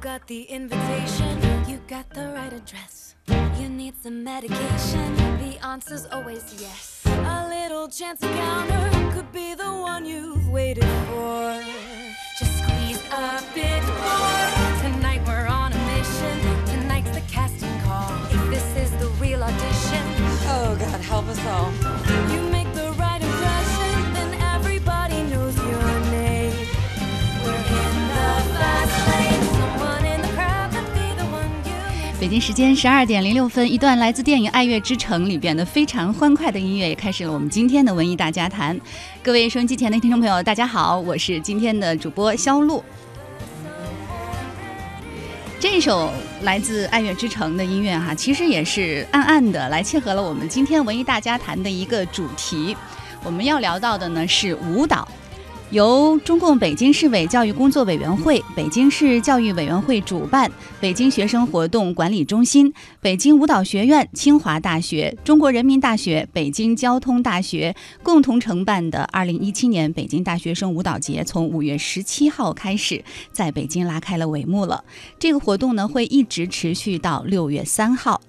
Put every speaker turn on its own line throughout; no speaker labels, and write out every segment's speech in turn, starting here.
got the invitation, you got the right address. You need some medication, the answer's always yes. A little chance encounter could be the one you've waited for. Just squeeze a bit more. Tonight we're on a mission, tonight's the casting call. If this is the real audition,
Oh, God, help us all.
you make the right impression, then everybody knows your name. We're in the fast lane, someone in the crowd could be the one you need.
北京时间十二点零六分，一段来自电影《爱乐之城》里边的非常欢快的音乐，也开始了我们今天的文艺大家谈。各位收音机前的听众朋友，大家好，我是今天的主播肖璐。这首来自《爱乐之城》的音乐哈、其实也是暗暗的来切合了我们今天文艺大家谈的一个主题。我们要聊到的呢是舞蹈。由中共北京市委教育工作委员会、北京市教育委员会主办，北京学生活动管理中心、北京舞蹈学院、清华大学、中国人民大学、北京交通大学共同承办的2017年北京大学生舞蹈节，从5月17号开始在北京拉开了帷幕了。这个活动呢，会一直持续到6月3号。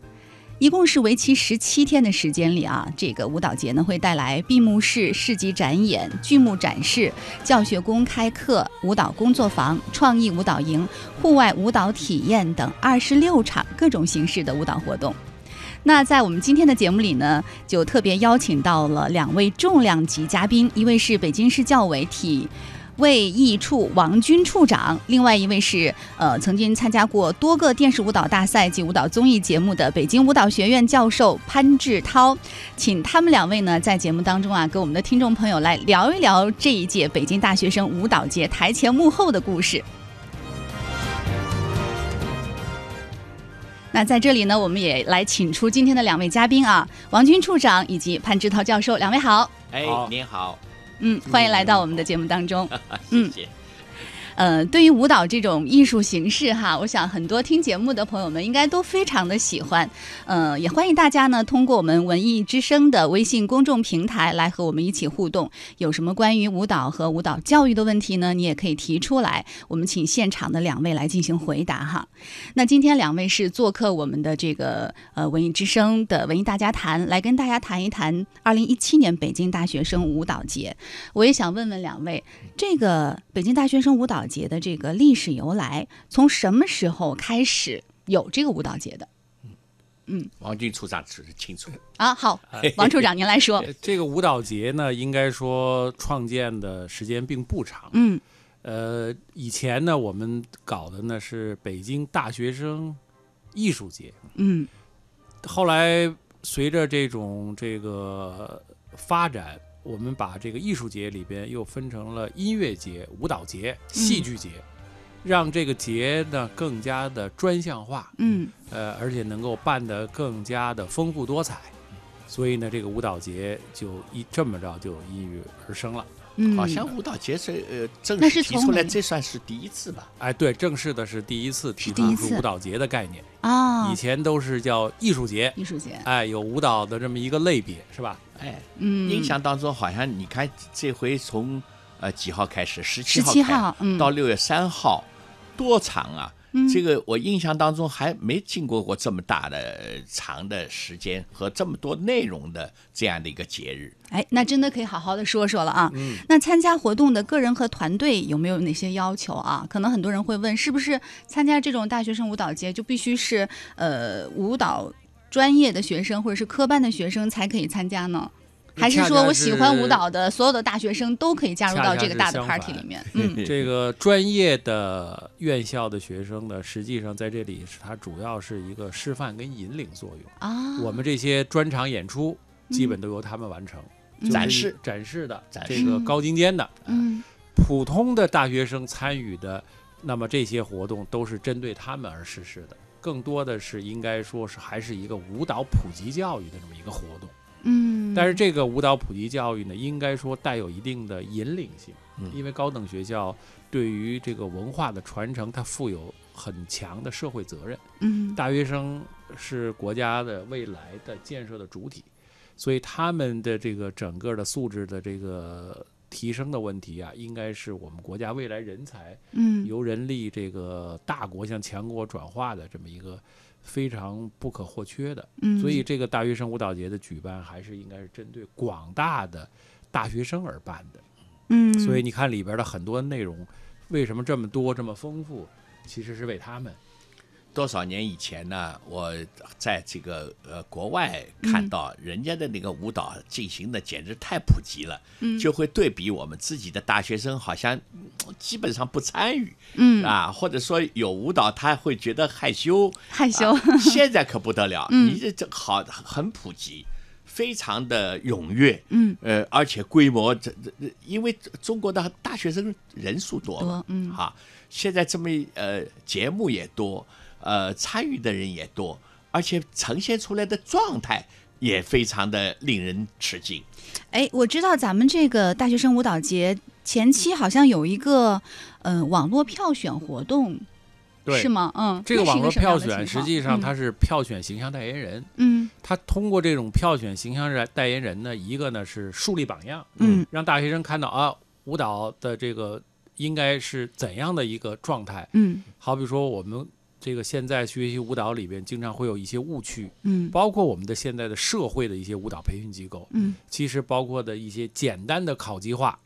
一共是为期十七天的时间里啊，这个舞蹈节呢会带来闭幕式、市集展演、剧目展示、教学公开课、舞蹈工作坊、创意舞蹈营、户外舞蹈体验等二十六场各种形式的舞蹈活动。那在我们今天的节目里呢，就特别邀请到了两位重量级嘉宾，一位是北京市教委体。卫艺处王军处长，另外一位是呃曾经参加过多个电视舞蹈大赛及舞蹈综艺节目的北京舞蹈学院教授潘志涛，请他们两位呢在节目当中啊，跟我们的听众朋友来聊一聊这一届北京大学生舞蹈节台前幕后的故事。那在这里呢，我们也来请出今天的两位嘉宾啊，王军处长以及潘志涛教授，两位好，
哎
好，
您好，
嗯，欢迎来到我们的节目当中。嗯
谢谢。
呃，对于舞蹈这种艺术形式哈，我想很多听节目的朋友们应该都非常的喜欢。呃，也欢迎大家呢通过我们文艺之声的微信公众平台来和我们一起互动。有什么关于舞蹈和舞蹈教育的问题呢？你也可以提出来，我们请现场的两位来进行回答哈。那今天两位是做客我们的这个呃文艺之声的文艺大家谈，来跟大家谈一谈二零一七年北京大学生舞蹈节。我也想问问两位，这个北京大学生舞蹈节的这个历史由来，从什么时候开始有这个舞蹈节的
王军处长是清楚，
啊？好，王处长您来说。
呃这个舞蹈节呢，应该说创建的时间并不长。
嗯
呃，以前呢，我们搞的呢是北京大学生艺术节，
嗯
后来随着这种这个发展，我们把这个艺术节里边又分成了音乐节、舞蹈节、戏剧节，让这个节呢更加的专项化。
嗯
呃，而且能够办得更加的丰富多彩。所以呢，这个舞蹈节就一这么着就一跃而生了。
嗯，
好像舞蹈节是呃正
那
式
是
提
从
出来，
哪
这算是第一次吧？
哎，对，正式的是第一次提
第一
出
次
舞蹈节的概念，
啊
以，前都是叫艺术节，
艺术节，
哎，有舞蹈的这么一个类别，是吧？
哎，
嗯，
印象当中好像你看这回从呃几号开始，十七
十
号
七
开
号，嗯，
到六月三号，多长啊！
嗯
这个我印象当中还没经过过这么大的呃长的时间和这么多内容的这样的一个节日。
哎，那真的可以好好的说说了啊。那参加活动的个人和团队有没有哪些要求啊？可能很多人会问，是不是参加这种大学生舞蹈节就必须是呃舞蹈专业的学生或者是科班的学生才可以参加呢？还是说我喜欢舞蹈的所有的大学生都可以加入到这个大的
恰恰是
party 里面？嗯
这个专业的院校的学生呢，实际上在这里是它主要是一个示范跟引领作用。
啊，
我们这些专场演出
嗯
基本都由他们完成，就是
展示
展示的
展
这
示
个高精尖的，
嗯
普通的大学生参与的，那么这些活动都是针对他们而实施的，更多的是应该说是还是一个舞蹈普及教育的这么一个活动。
嗯，
但是这个舞蹈普及教育呢，应该说带有一定的引领性，
嗯
因为高等学校对于这个文化的传承，它负有很强的社会责任。
嗯
大学生是国家的未来的建设的主体，所以他们的这个整个的素质的这个提升的问题啊，应该是我们国家未来人才
嗯
由人力这个大国向强国转化的这么一个非常不可或缺的。
嗯，
所以这个大学生舞蹈节的举办，还是应该是针对广大的大学生而办的。
嗯，
所以你看里边的很多内容，为什么这么多这么丰富，其实是为他们。
多少年以前呢，我在这个呃国外看到人家的那个舞蹈进行的简直太普及了，就会对比我们自己的大学生好像嗯基本上不参与，
嗯
啊，或者说有舞蹈他会觉得害羞，
害羞
啊现在可不得了，
嗯
你这这好很普及。非常的踊跃，
嗯，
呃，而且规模这这，这因为中国的大学生人数多嘛
多嗯
哈、现在这么一呃节目也多，呃，参与的人也多，而且呈现出来的状态也非常的令人吃惊。
哎，我知道咱们这个大学生舞蹈节前期好像有一个呃网络票选活动，是吗？嗯，
这个
那是
网
一
络
什么样
票
的
选，
情
实
况
际上它
嗯
是票选形象代言人。
嗯
他通过这种票选形象代言人呢，一个呢是树立榜样，
嗯，
让大学生看到啊，舞蹈的这个应该是怎样的一个状态。
嗯
好比说，我们这个现在学习舞蹈里边，经常会有一些误区，
嗯
包括我们的现在的社会的一些舞蹈培训机构，
嗯
其实包括的一些简单的考级化、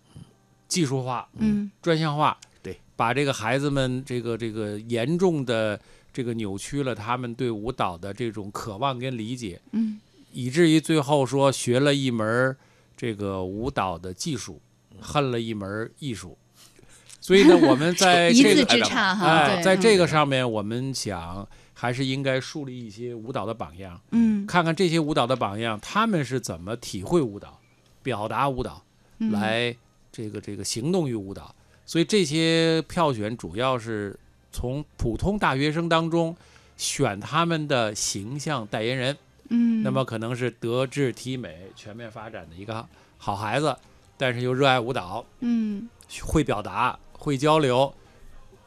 技术化、
嗯
专项化，
对，
把这个孩子们这个这个严重的这个扭曲了他们对舞蹈的这种渴望跟理解。
嗯
以至于最后说学了一门儿这个舞蹈的技术，
嗯
恨了一门儿艺术。所以呢，我们 在
一
这
字
个
之差哈
哎，
对
在
嗯
这个上面，我们想还是应该树立一些舞蹈的榜样，
嗯
看看这些舞蹈的榜样，他们是怎么体会舞蹈、表达舞蹈，
嗯
来这个这个行动于舞蹈。所以这些票选主要是从普通大学生当中选他们的形象代言人。
嗯，
那么可能是德智体美全面发展的一个好孩子，但是又热爱舞蹈，
嗯
会表达，会交流，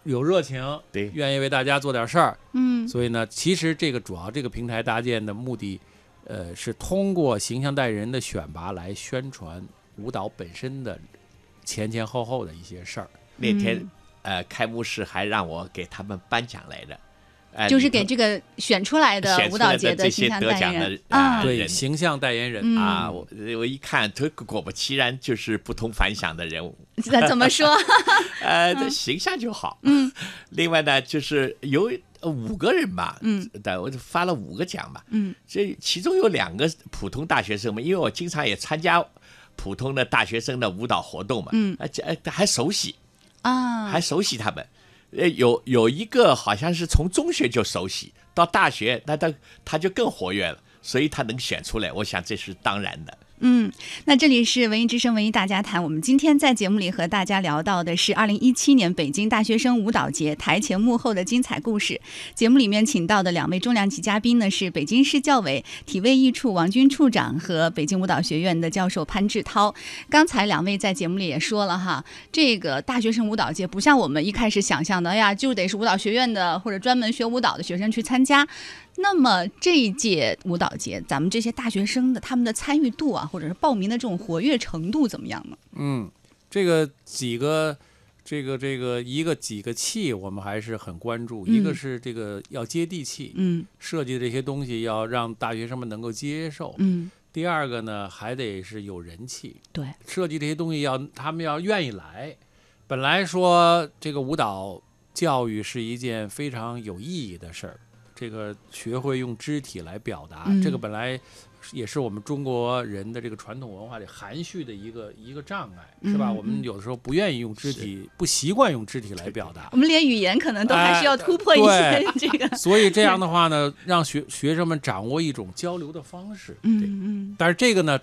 有热情，
对
愿意为大家做点事儿。
嗯
所以呢，其实这个主要这个平台搭建的目的，呃，是通过形象代言人的选拔来宣传舞蹈本身的前前后后的一些事儿。
那天、
嗯
呃开幕式还让我给他们颁奖来的，
哎
呃、
就是
里头
给这个选出来的
选
舞
出
蹈
来
节
的
形
这些
象
得
代
奖
言
的
人
啊
对，
人
形象代言人、
嗯
啊，我我一看，这个果不其然就是不同凡响 的人物，
哎
那怎么 说？
呃，这形象就好。嗯， 另外呢，就是有呃五个人嘛，
嗯，
但我就发了五个奖嘛，
嗯，
这其中有两个普通大学生嘛，因为我经常也参加普通的大学生的舞蹈活动嘛，
嗯
而且呃还熟悉，
啊，
还熟悉他们。呃，有有一个好像是从中学就熟悉，到大学，那他他就更活跃了，所以他能选出来，我想这是当然的。
嗯，那这里是文艺之声文艺大家谈。我们今天在节目里和大家聊到的是二零一七年北京大学生舞蹈节台前幕后的精彩故事。节目里面请到的两位重量级嘉宾呢，是北京市教委体卫艺处王军处长和北京舞蹈学院的教授潘志涛。刚才两位在节目里也说了哈，这个大学生舞蹈节不像我们一开始想象的，哎呀，就得是舞蹈学院的或者专门学舞蹈的学生去参加。那么这一届舞蹈节，咱们这些大学生的他们的参与度啊，或者是报名的这种活跃程度怎么样呢？
嗯，这个几个，这个这个一个几个气，我们还是很关注。一个
嗯
是这个要接地气，
嗯
设计的这些东西要让大学生们能够接受。
嗯，
第二个呢，还得是有人气，
对，
设计这些东西要他们要愿意来。本来说这个舞蹈教育是一件非常有意义的事儿，这个学会用肢体来表达，
嗯
这个本来是也是我们中国人的这个传统文化里含蓄的一个一个障碍，是吧？
嗯
我们
嗯
有的时候不愿意用肢体，不习惯用肢体来表达
我。们连语言可能都还是要突破一
哎
些这个，
所以这样的话呢，让学学生们掌握一种交流的方式。
嗯嗯
但是这个呢，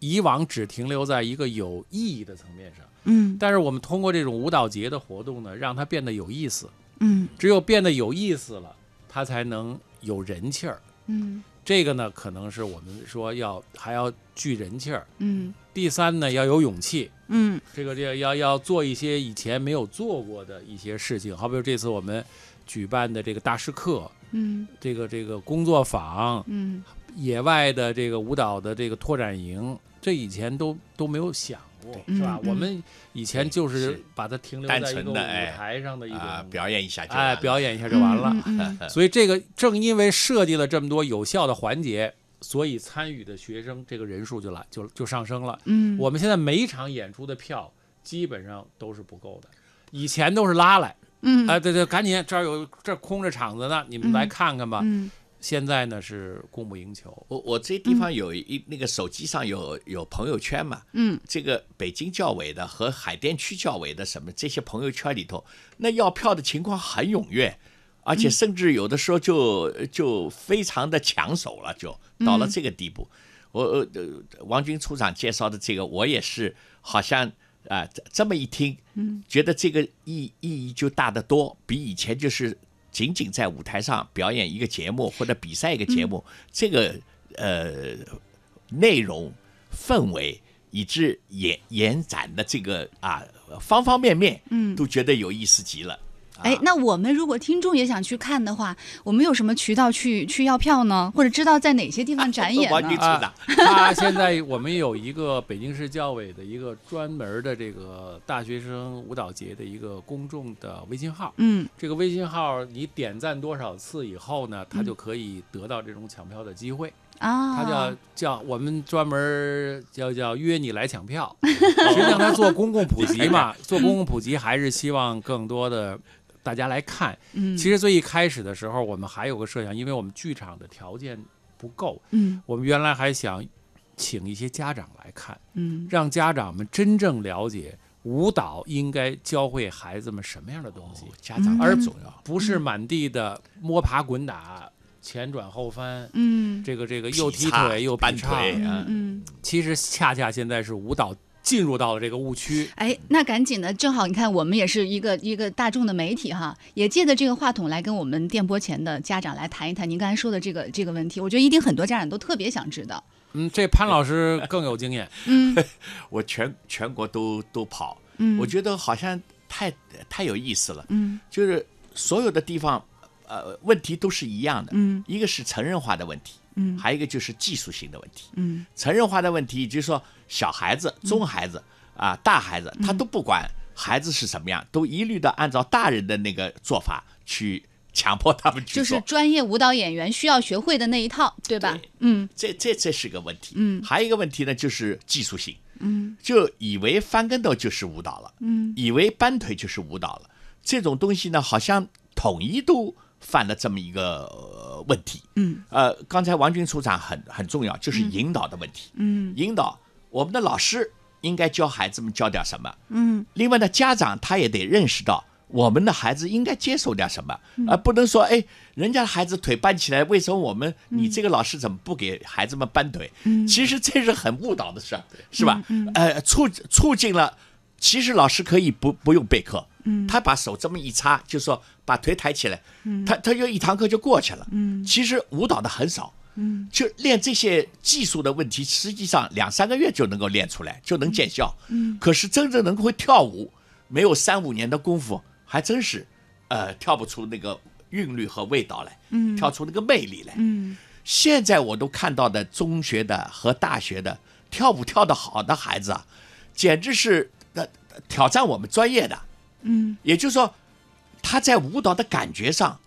以往只停留在一个有意义的层面上。
嗯
但是我们通过这种舞蹈节的活动呢，让它变得有意思。
嗯
只有变得有意思了，它才能有人气儿。
嗯
这个呢，可能是我们说要还要聚人气儿。
嗯
第三呢，要有勇气。
嗯
这个这个要要做一些以前没有做过的一些事情，好比说这次我们举办的这个大师课，
嗯
这个这个工作坊，
嗯
野外的这个舞蹈的这个拓展营，这以前都都没有想过，是吧？
嗯
我们以前就是
是
把它停留在
单
一
纯
个舞
的哎
台上的一种
啊、表演一下就
哎
完了
表演一下就完了。
嗯嗯嗯
所以这个正因为设计了这么多有效的环节，所以参与的学生这个人数就来就就上升了。
嗯，
我们现在每一场演出的票基本上都是不够的，以前都是拉来，
嗯
哎、对对，赶紧这儿有这儿空着场子呢，你们来看看吧。
嗯
现在呢是供不应求，
我我这地方有一、那个手机上有有朋友圈嘛，
嗯，
这个北京教委的和海淀区教委的什么这些朋友圈里头，那要票的情况很踊跃，而且甚至有的时候就就非常的抢手了，就到了这个地步。我呃呃，王军处长介绍的这个，我也是好像啊、这这么一听，嗯，觉得这个意意义就大得多，比以前就是仅仅在舞台上表演一个节目或者比赛一个节目，这个呃内容氛围以至延延展的这个啊方方面面，嗯，都觉得有意思极了。
哎，那我们如果听众也想去看的话，我们有什么渠道去去要票呢？或者知道在哪些地方嗯展演
王
呢
军？处长
啊，他现在我们有一个北京市教委的一个专门的这个大学生舞蹈节的一个公众的微信号，
嗯
这个微信号你点赞多少次以后呢，他就可以得到这种抢票的机会。
嗯啊，
他叫叫我们专门儿叫叫约你来抢票，实际上他做公共普 及嘛，做公共普及还是希望更多的大家来看。
嗯，
其实最一开始的时候，我们还有个设想，因为我们剧场的条件不够，
嗯
我们原来还想请一些家长来看，
嗯
让家长们真正了解舞蹈应该教会孩子们什么样的东西。
哦
哦
家
嗯
长
而
很重要，
不是满地的摸爬滚打、前转后翻，
嗯
这个这个又
劈
踢
叉
腿又劈
搬
叉
腿，
嗯
嗯，
嗯，
其实恰恰现在是舞蹈进入到了这个误区。
哎，那赶紧的，正好你看，我们也是一个一个大众的媒体哈，也借着这个话筒来跟我们电波前的家长来谈一谈您刚才说的这个这个问题，我觉得一定很多家长都特别想知道。
嗯，这潘老师更有经验。
嗯
我全全国都都跑，
嗯
我觉得好像太太有意思了，
嗯
就是所有的地方，呃，问题都是一样的，
嗯
一个是成人化的问题，
嗯
还有一个就是技术性的问题，
嗯
成人化的问题，也就是说小孩子、中孩子
嗯
啊、大孩子，他都不管孩子是什么样，都一律的按照大人的那个做法去强迫他们去
就
做
是，专业舞蹈演员需要学会的那一套，对吧？
对
嗯
这这这是个问题。
嗯
还有一个问题呢，就是技术性，
嗯，
就以为翻跟头就是舞蹈了，
嗯，
以为搬腿就是舞蹈了，这种东西呢，好像统一都犯了这么一个、呃问题。
嗯，
呃，刚才王军处长很很重要，就是引导的问题。
嗯
引导我们的老师应该教孩子们教点什么。
嗯
另外呢，家长他也得认识到我们的孩子应该接受点什么，而不能说，哎，人家的孩子腿搬起来，为什么我们你这个老师怎么不给孩子们搬腿？其实这是很误导的事儿，是吧？呃，促促进了，其实老师可以不不用备课。他把手这么一插，就说把腿抬起来，他他就一堂课就过去了。其实舞蹈的很少，就练这些技术的问题，实际上两三个月就能够练出来，就能见效。嗯，可是真正能会跳舞，没有三五年的功夫，还真是，呃，跳不出那个韵律和味道来，嗯，跳出那个魅力来。
嗯
现在我都看到的中学的和大学的跳舞跳得好的孩子啊，简直是呃挑战我们专业的。
嗯，
也就是说，他在舞蹈的感觉上，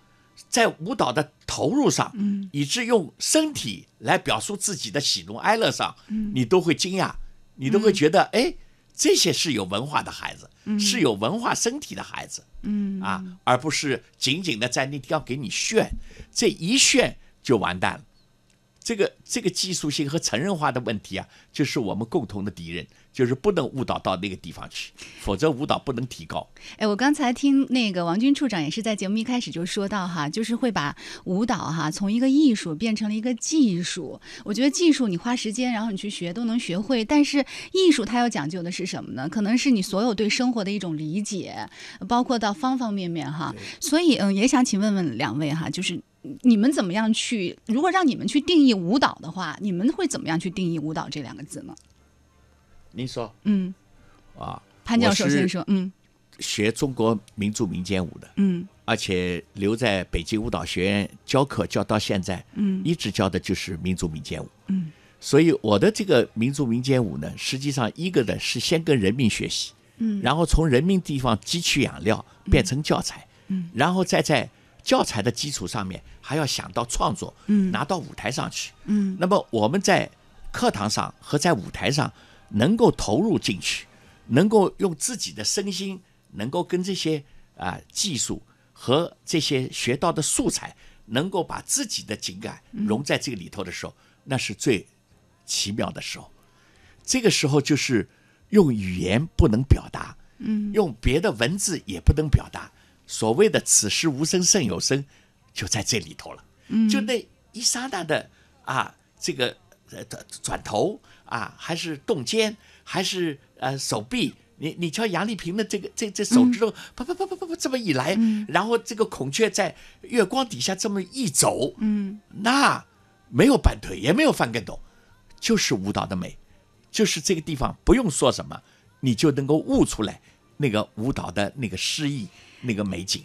在舞蹈的投入上，嗯，以致用身体来表述自己的喜怒哀乐上，嗯，你都会惊讶，你都会觉得，哎，这些是有文化的孩子，是有文化身体的孩子，嗯啊，而不是仅仅的在那地方给你炫，这一炫就完蛋了。这个这个技术性和成人化的问题啊，就是我们共同的敌人，就是不能误导到那个地方去，否则舞蹈不能提高。
哎，我刚才听那个王军处长也是在节目一开始就说到哈，就是会把舞蹈哈从一个艺术变成了一个技术。我觉得技术你花时间，然后你去学都能学会，但是艺术它要讲究的是什么呢？可能是你所有对生活的一种理解，包括到方方面面哈。所以嗯，也想请问问两位哈，就是。你们怎么样去？如果让你们去定义舞蹈的话，你们会怎么样去定义舞蹈这两个字呢？
您说
嗯，
啊，
潘教授
我是
先说。嗯
学中国民族民间舞的，
嗯
而且留在北京舞蹈学院教课教到现在，嗯，一直教的就是民族民间舞，嗯，所以我的这个民族民间舞呢，实际上一个呢是先跟人民学习，嗯，然后从人民地方汲取养料，变成教材，嗯，然后再在教材的基础上面还要想到创作，嗯，拿到舞台上去，嗯，那么我们在课堂上和在舞台上能够投入进去，能够用自己的身心，能够跟这些啊、技术和这些学到的素材，能够把自己的情感融在这个里头的时候，那是最奇妙的时候。这个时候就是用语言不能表达，嗯，用别的文字也不能表达。所谓的“此时无声胜有声”，就在这里头了。嗯，就那一刹那的啊，这个呃转转头啊，还是动肩，还是呃手臂。你你瞧杨丽萍的这个这这手指头，啪啪啪啪啪啪这么一来，然后这个孔雀在月光底下这么一走，嗯，那没有绊腿，也没有翻跟斗，就是舞蹈的美，就是这个地方不用说什么，你就能够悟出来那个舞蹈的那个诗意，那个美景。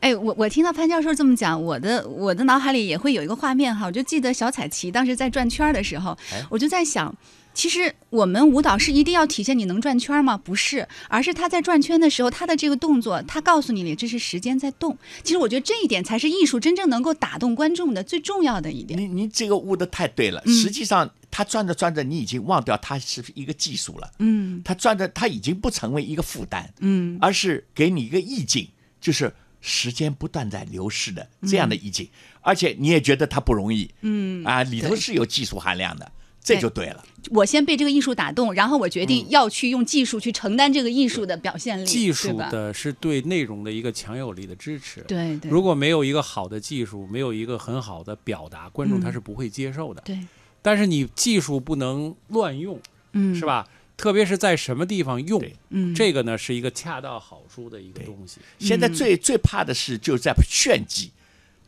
哎，我我听到潘教授这么讲，我的我的脑海里也会有一个画面哈，我就记得小彩旗当时在转圈儿的时候，
哎
我就在想。其实我们舞蹈是一定要体现你能转圈儿吗？不是，而是他在转圈的时候，他的这个动作，他告诉你了，这是时间在动。其实我觉得这一点才是艺术真正能够打动观众的最重要的一点。
你你这个悟的太对了，实际上它转着转着，你已经忘掉它是一个技术了，嗯，它转着它已经不成为一个负担，嗯，而是给你一个意境，就是时间不断在流逝的这样的意境，而且你也觉得它不容易，嗯，啊，里头
对
是有技术含量的，这就对了。
我先被这个艺术打动，然后我决定要去用技术去承担这个艺术的表现力，
嗯技
对
术
吧
的是对内容的一个强有力的支持。
对对
如果没有一个好的技术，没有一个很好的表达，观众
嗯
他是不会接受的。
对，
但是你技术不能乱用，
嗯，
是？吧？特别是在什么地方用
对，
嗯，
这个呢是一个恰到好处的一个
对
东西。
现在最最怕的是就在炫技，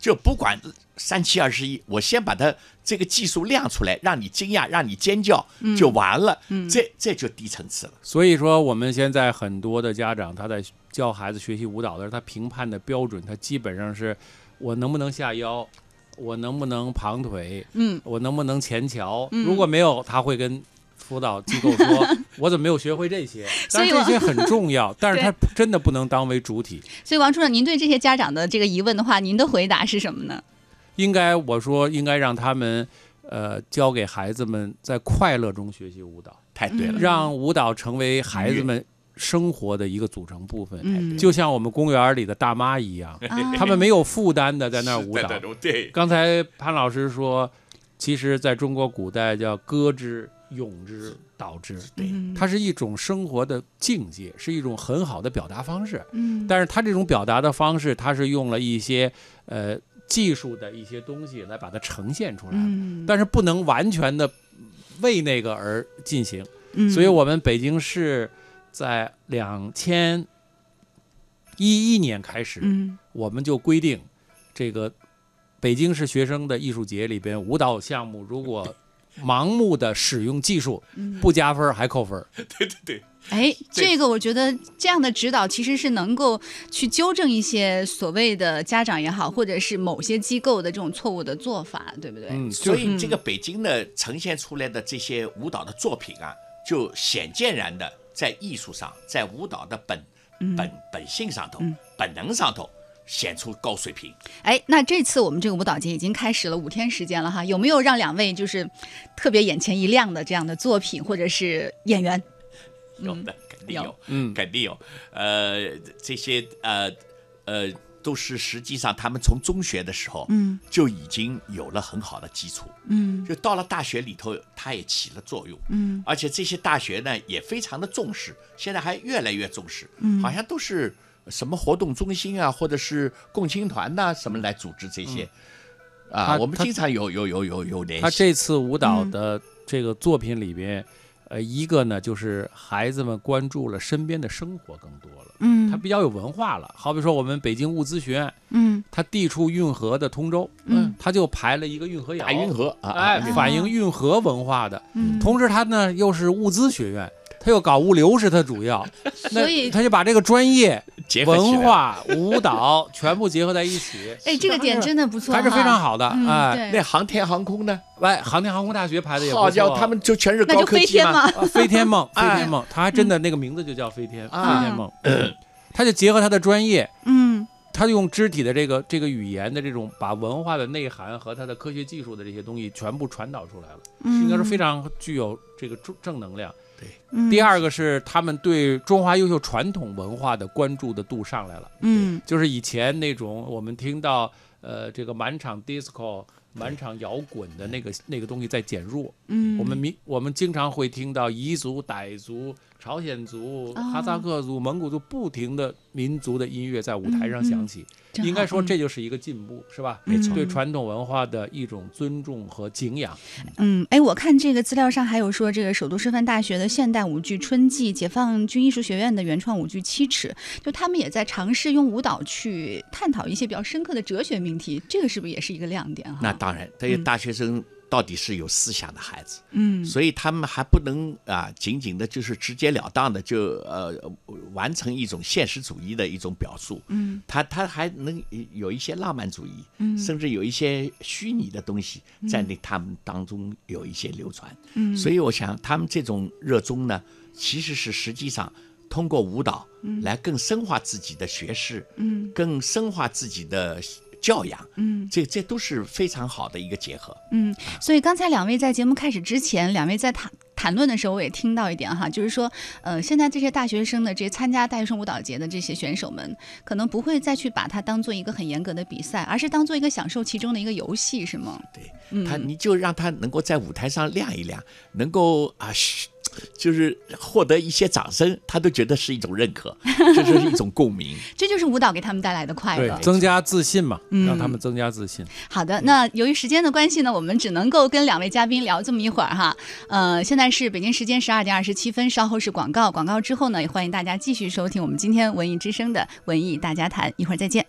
就不管三七二十一，我先把它这个技术亮出来，让你惊讶，让你尖叫就完了，这这就低层次了。
所以说，我们现在很多的家长，他在教孩子学习舞蹈的时候，他评判的标准，他基本上是我能不能下腰，我能不能旁腿，
嗯，
我能不能前桥。如果没有，他会跟辅导机构 说，我怎么没有学会这些？
所
但
以
是
我
这些很重要，但是它真的不能当为主体。
所以王主任，您对这些家长的这个疑问的话，您的回答是什么呢？
应该我说，应该让他们，呃，教给孩子们在快乐中学习舞蹈。
太对
嗯
了，
让舞蹈成为孩子们生活的一个组成部分，
嗯
就像我们公园里的大妈一样，
啊
他们没有负担的在那儿舞蹈。
对，
刚才潘老师说，其实在中国古代叫歌之、咏之、蹈之，
对，
它是一种生活的境界，是一种很好的表达方式。
嗯
但是它这种表达的方式，它是用了一些呃技术的一些东西来把它呈现出来，
嗯
但是不能完全的为那个而进行。
嗯
所以我们北京市在两千一一年开始，
嗯
我们就规定，这个北京市学生的艺术节里边舞蹈项目如果盲目的使用技术，
嗯
不加分儿还扣分儿。
嗯
哎，这个我觉得这样的指导其实是能够去纠正一些所谓的家长也好，或者是某些机构的这种错误的做法，对不对？
嗯，
所
就
以这个北京呢呈现出来的这些舞蹈的作品啊，就显见然的在艺术上，在舞蹈的本本本性上头、本能上头显出高水平。
哎，那这次我们这个舞蹈节已经开始了五天时间了哈，有没有让两位就是特别眼前一亮的这样的作品或者是演员？
有的，肯定
有
嗯有，嗯，肯定有。呃，这些呃呃，都是实际上他们从中学的时候，嗯，就已经有了很好的基础，嗯，就到了大学里头，它也起了作用，嗯，而且这些大学呢也非常的重视，现在还越来越重视，嗯，好像都是什么活动中心啊，或者是共青团呐、什么来组织这些。啊，
嗯他
我们
他
经常有有有有有联
哎
系。
他这次舞蹈
嗯
的这个作品里边，呃，一个呢就是孩子们关注了身边的生活更多了，嗯，他比较有文化了。好比说我们北京物资学院，嗯，它地处运河的通州，嗯，它就排了一个运河谣，
大运，河啊，
哎，
啊
反映运河文化的。嗯
嗯
同时它呢又是物资学院，它又搞物流是它主要，
所以
他就把这个专业
结合起来
文化、舞蹈全部结合在一起，
哎，这个点真的不错哈，
还是非常好的
嗯
哎。
对
那航天航空呢？
喂，航天航空大学排的也不
好家
错，
伙，他们就全是
那
高
就
科
飞
技
天
嘛。
嘛，
啊，飞天梦，飞
哎
天梦，他还真的那个名字就叫飞天飞
啊
天梦， 他就结合他的专业，
嗯
他用肢体的这个这个语言的这种，把文化的内涵和他的科学技术的这些东西全部传导出来了，
嗯，
应该说非常具有这个正正能量。
嗯
第，二个是他们对中华优秀传统文化的关注的度上来了，
嗯
就是以前那种我们听到呃这个满场 disco。满场摇滚的那个那个东西在减弱，
嗯，
我们民我们经常会听到彝族、傣族、朝鲜族、
哦
哈萨克族、蒙古族不停的民族的音乐在舞台上
嗯嗯
响起，
真
应该
好
说
嗯
这就是一个进步，是吧？
没错
对传统文化的一种尊重和敬仰。
嗯，哎，我看这个资料上还有说，这个首都师范大学的现代舞剧《春季》，解放军艺术学院的原创舞剧《七尺》，就他们也在尝试用舞蹈去探讨一些比较深刻的哲学命题，这个是不是也是一个亮点哈？
那当然，这些
嗯
大学生到底是有思想的孩子，
嗯
所以他们还不能啊，仅仅的就是直截了当的就呃完成一种现实主义的一种表述，
嗯，
他他还能有一些浪漫主义，甚至有一些虚拟的东西在那他们当中有一些流传，嗯，所以我想他们这种热衷呢，其实是实际上通过舞蹈来更深化自己的学识，嗯，更深化自己的教养，嗯，这这都是非常好的一个结合，
嗯，所以刚才两位在节目开始之前，两位在谈谈论的时候，我也听到一点哈，就是说，呃，现在这些大学生的这些参加大学生舞蹈节的这些选手们，可能不会再去把它当做一个很严格的比赛，而是当做一个享受其中的一个游戏，是吗？
对他，你就让他能够在舞台上亮一亮，能够啊，嘘就是获得一些掌声，他都觉得是一种认可，这就是一种共鸣。
这就是舞蹈给他们带来的快
对
乐，。
增加自信嘛，
嗯
让他们增加自信。
好的，那由于时间的关系呢，我们只能够跟两位嘉宾聊这么一会儿哈。呃，现在是北京时间十二点二十七分，稍后是广告，广告之后呢，也欢迎大家继续收听我们今天文艺之声的文艺大家谈，一会儿再见。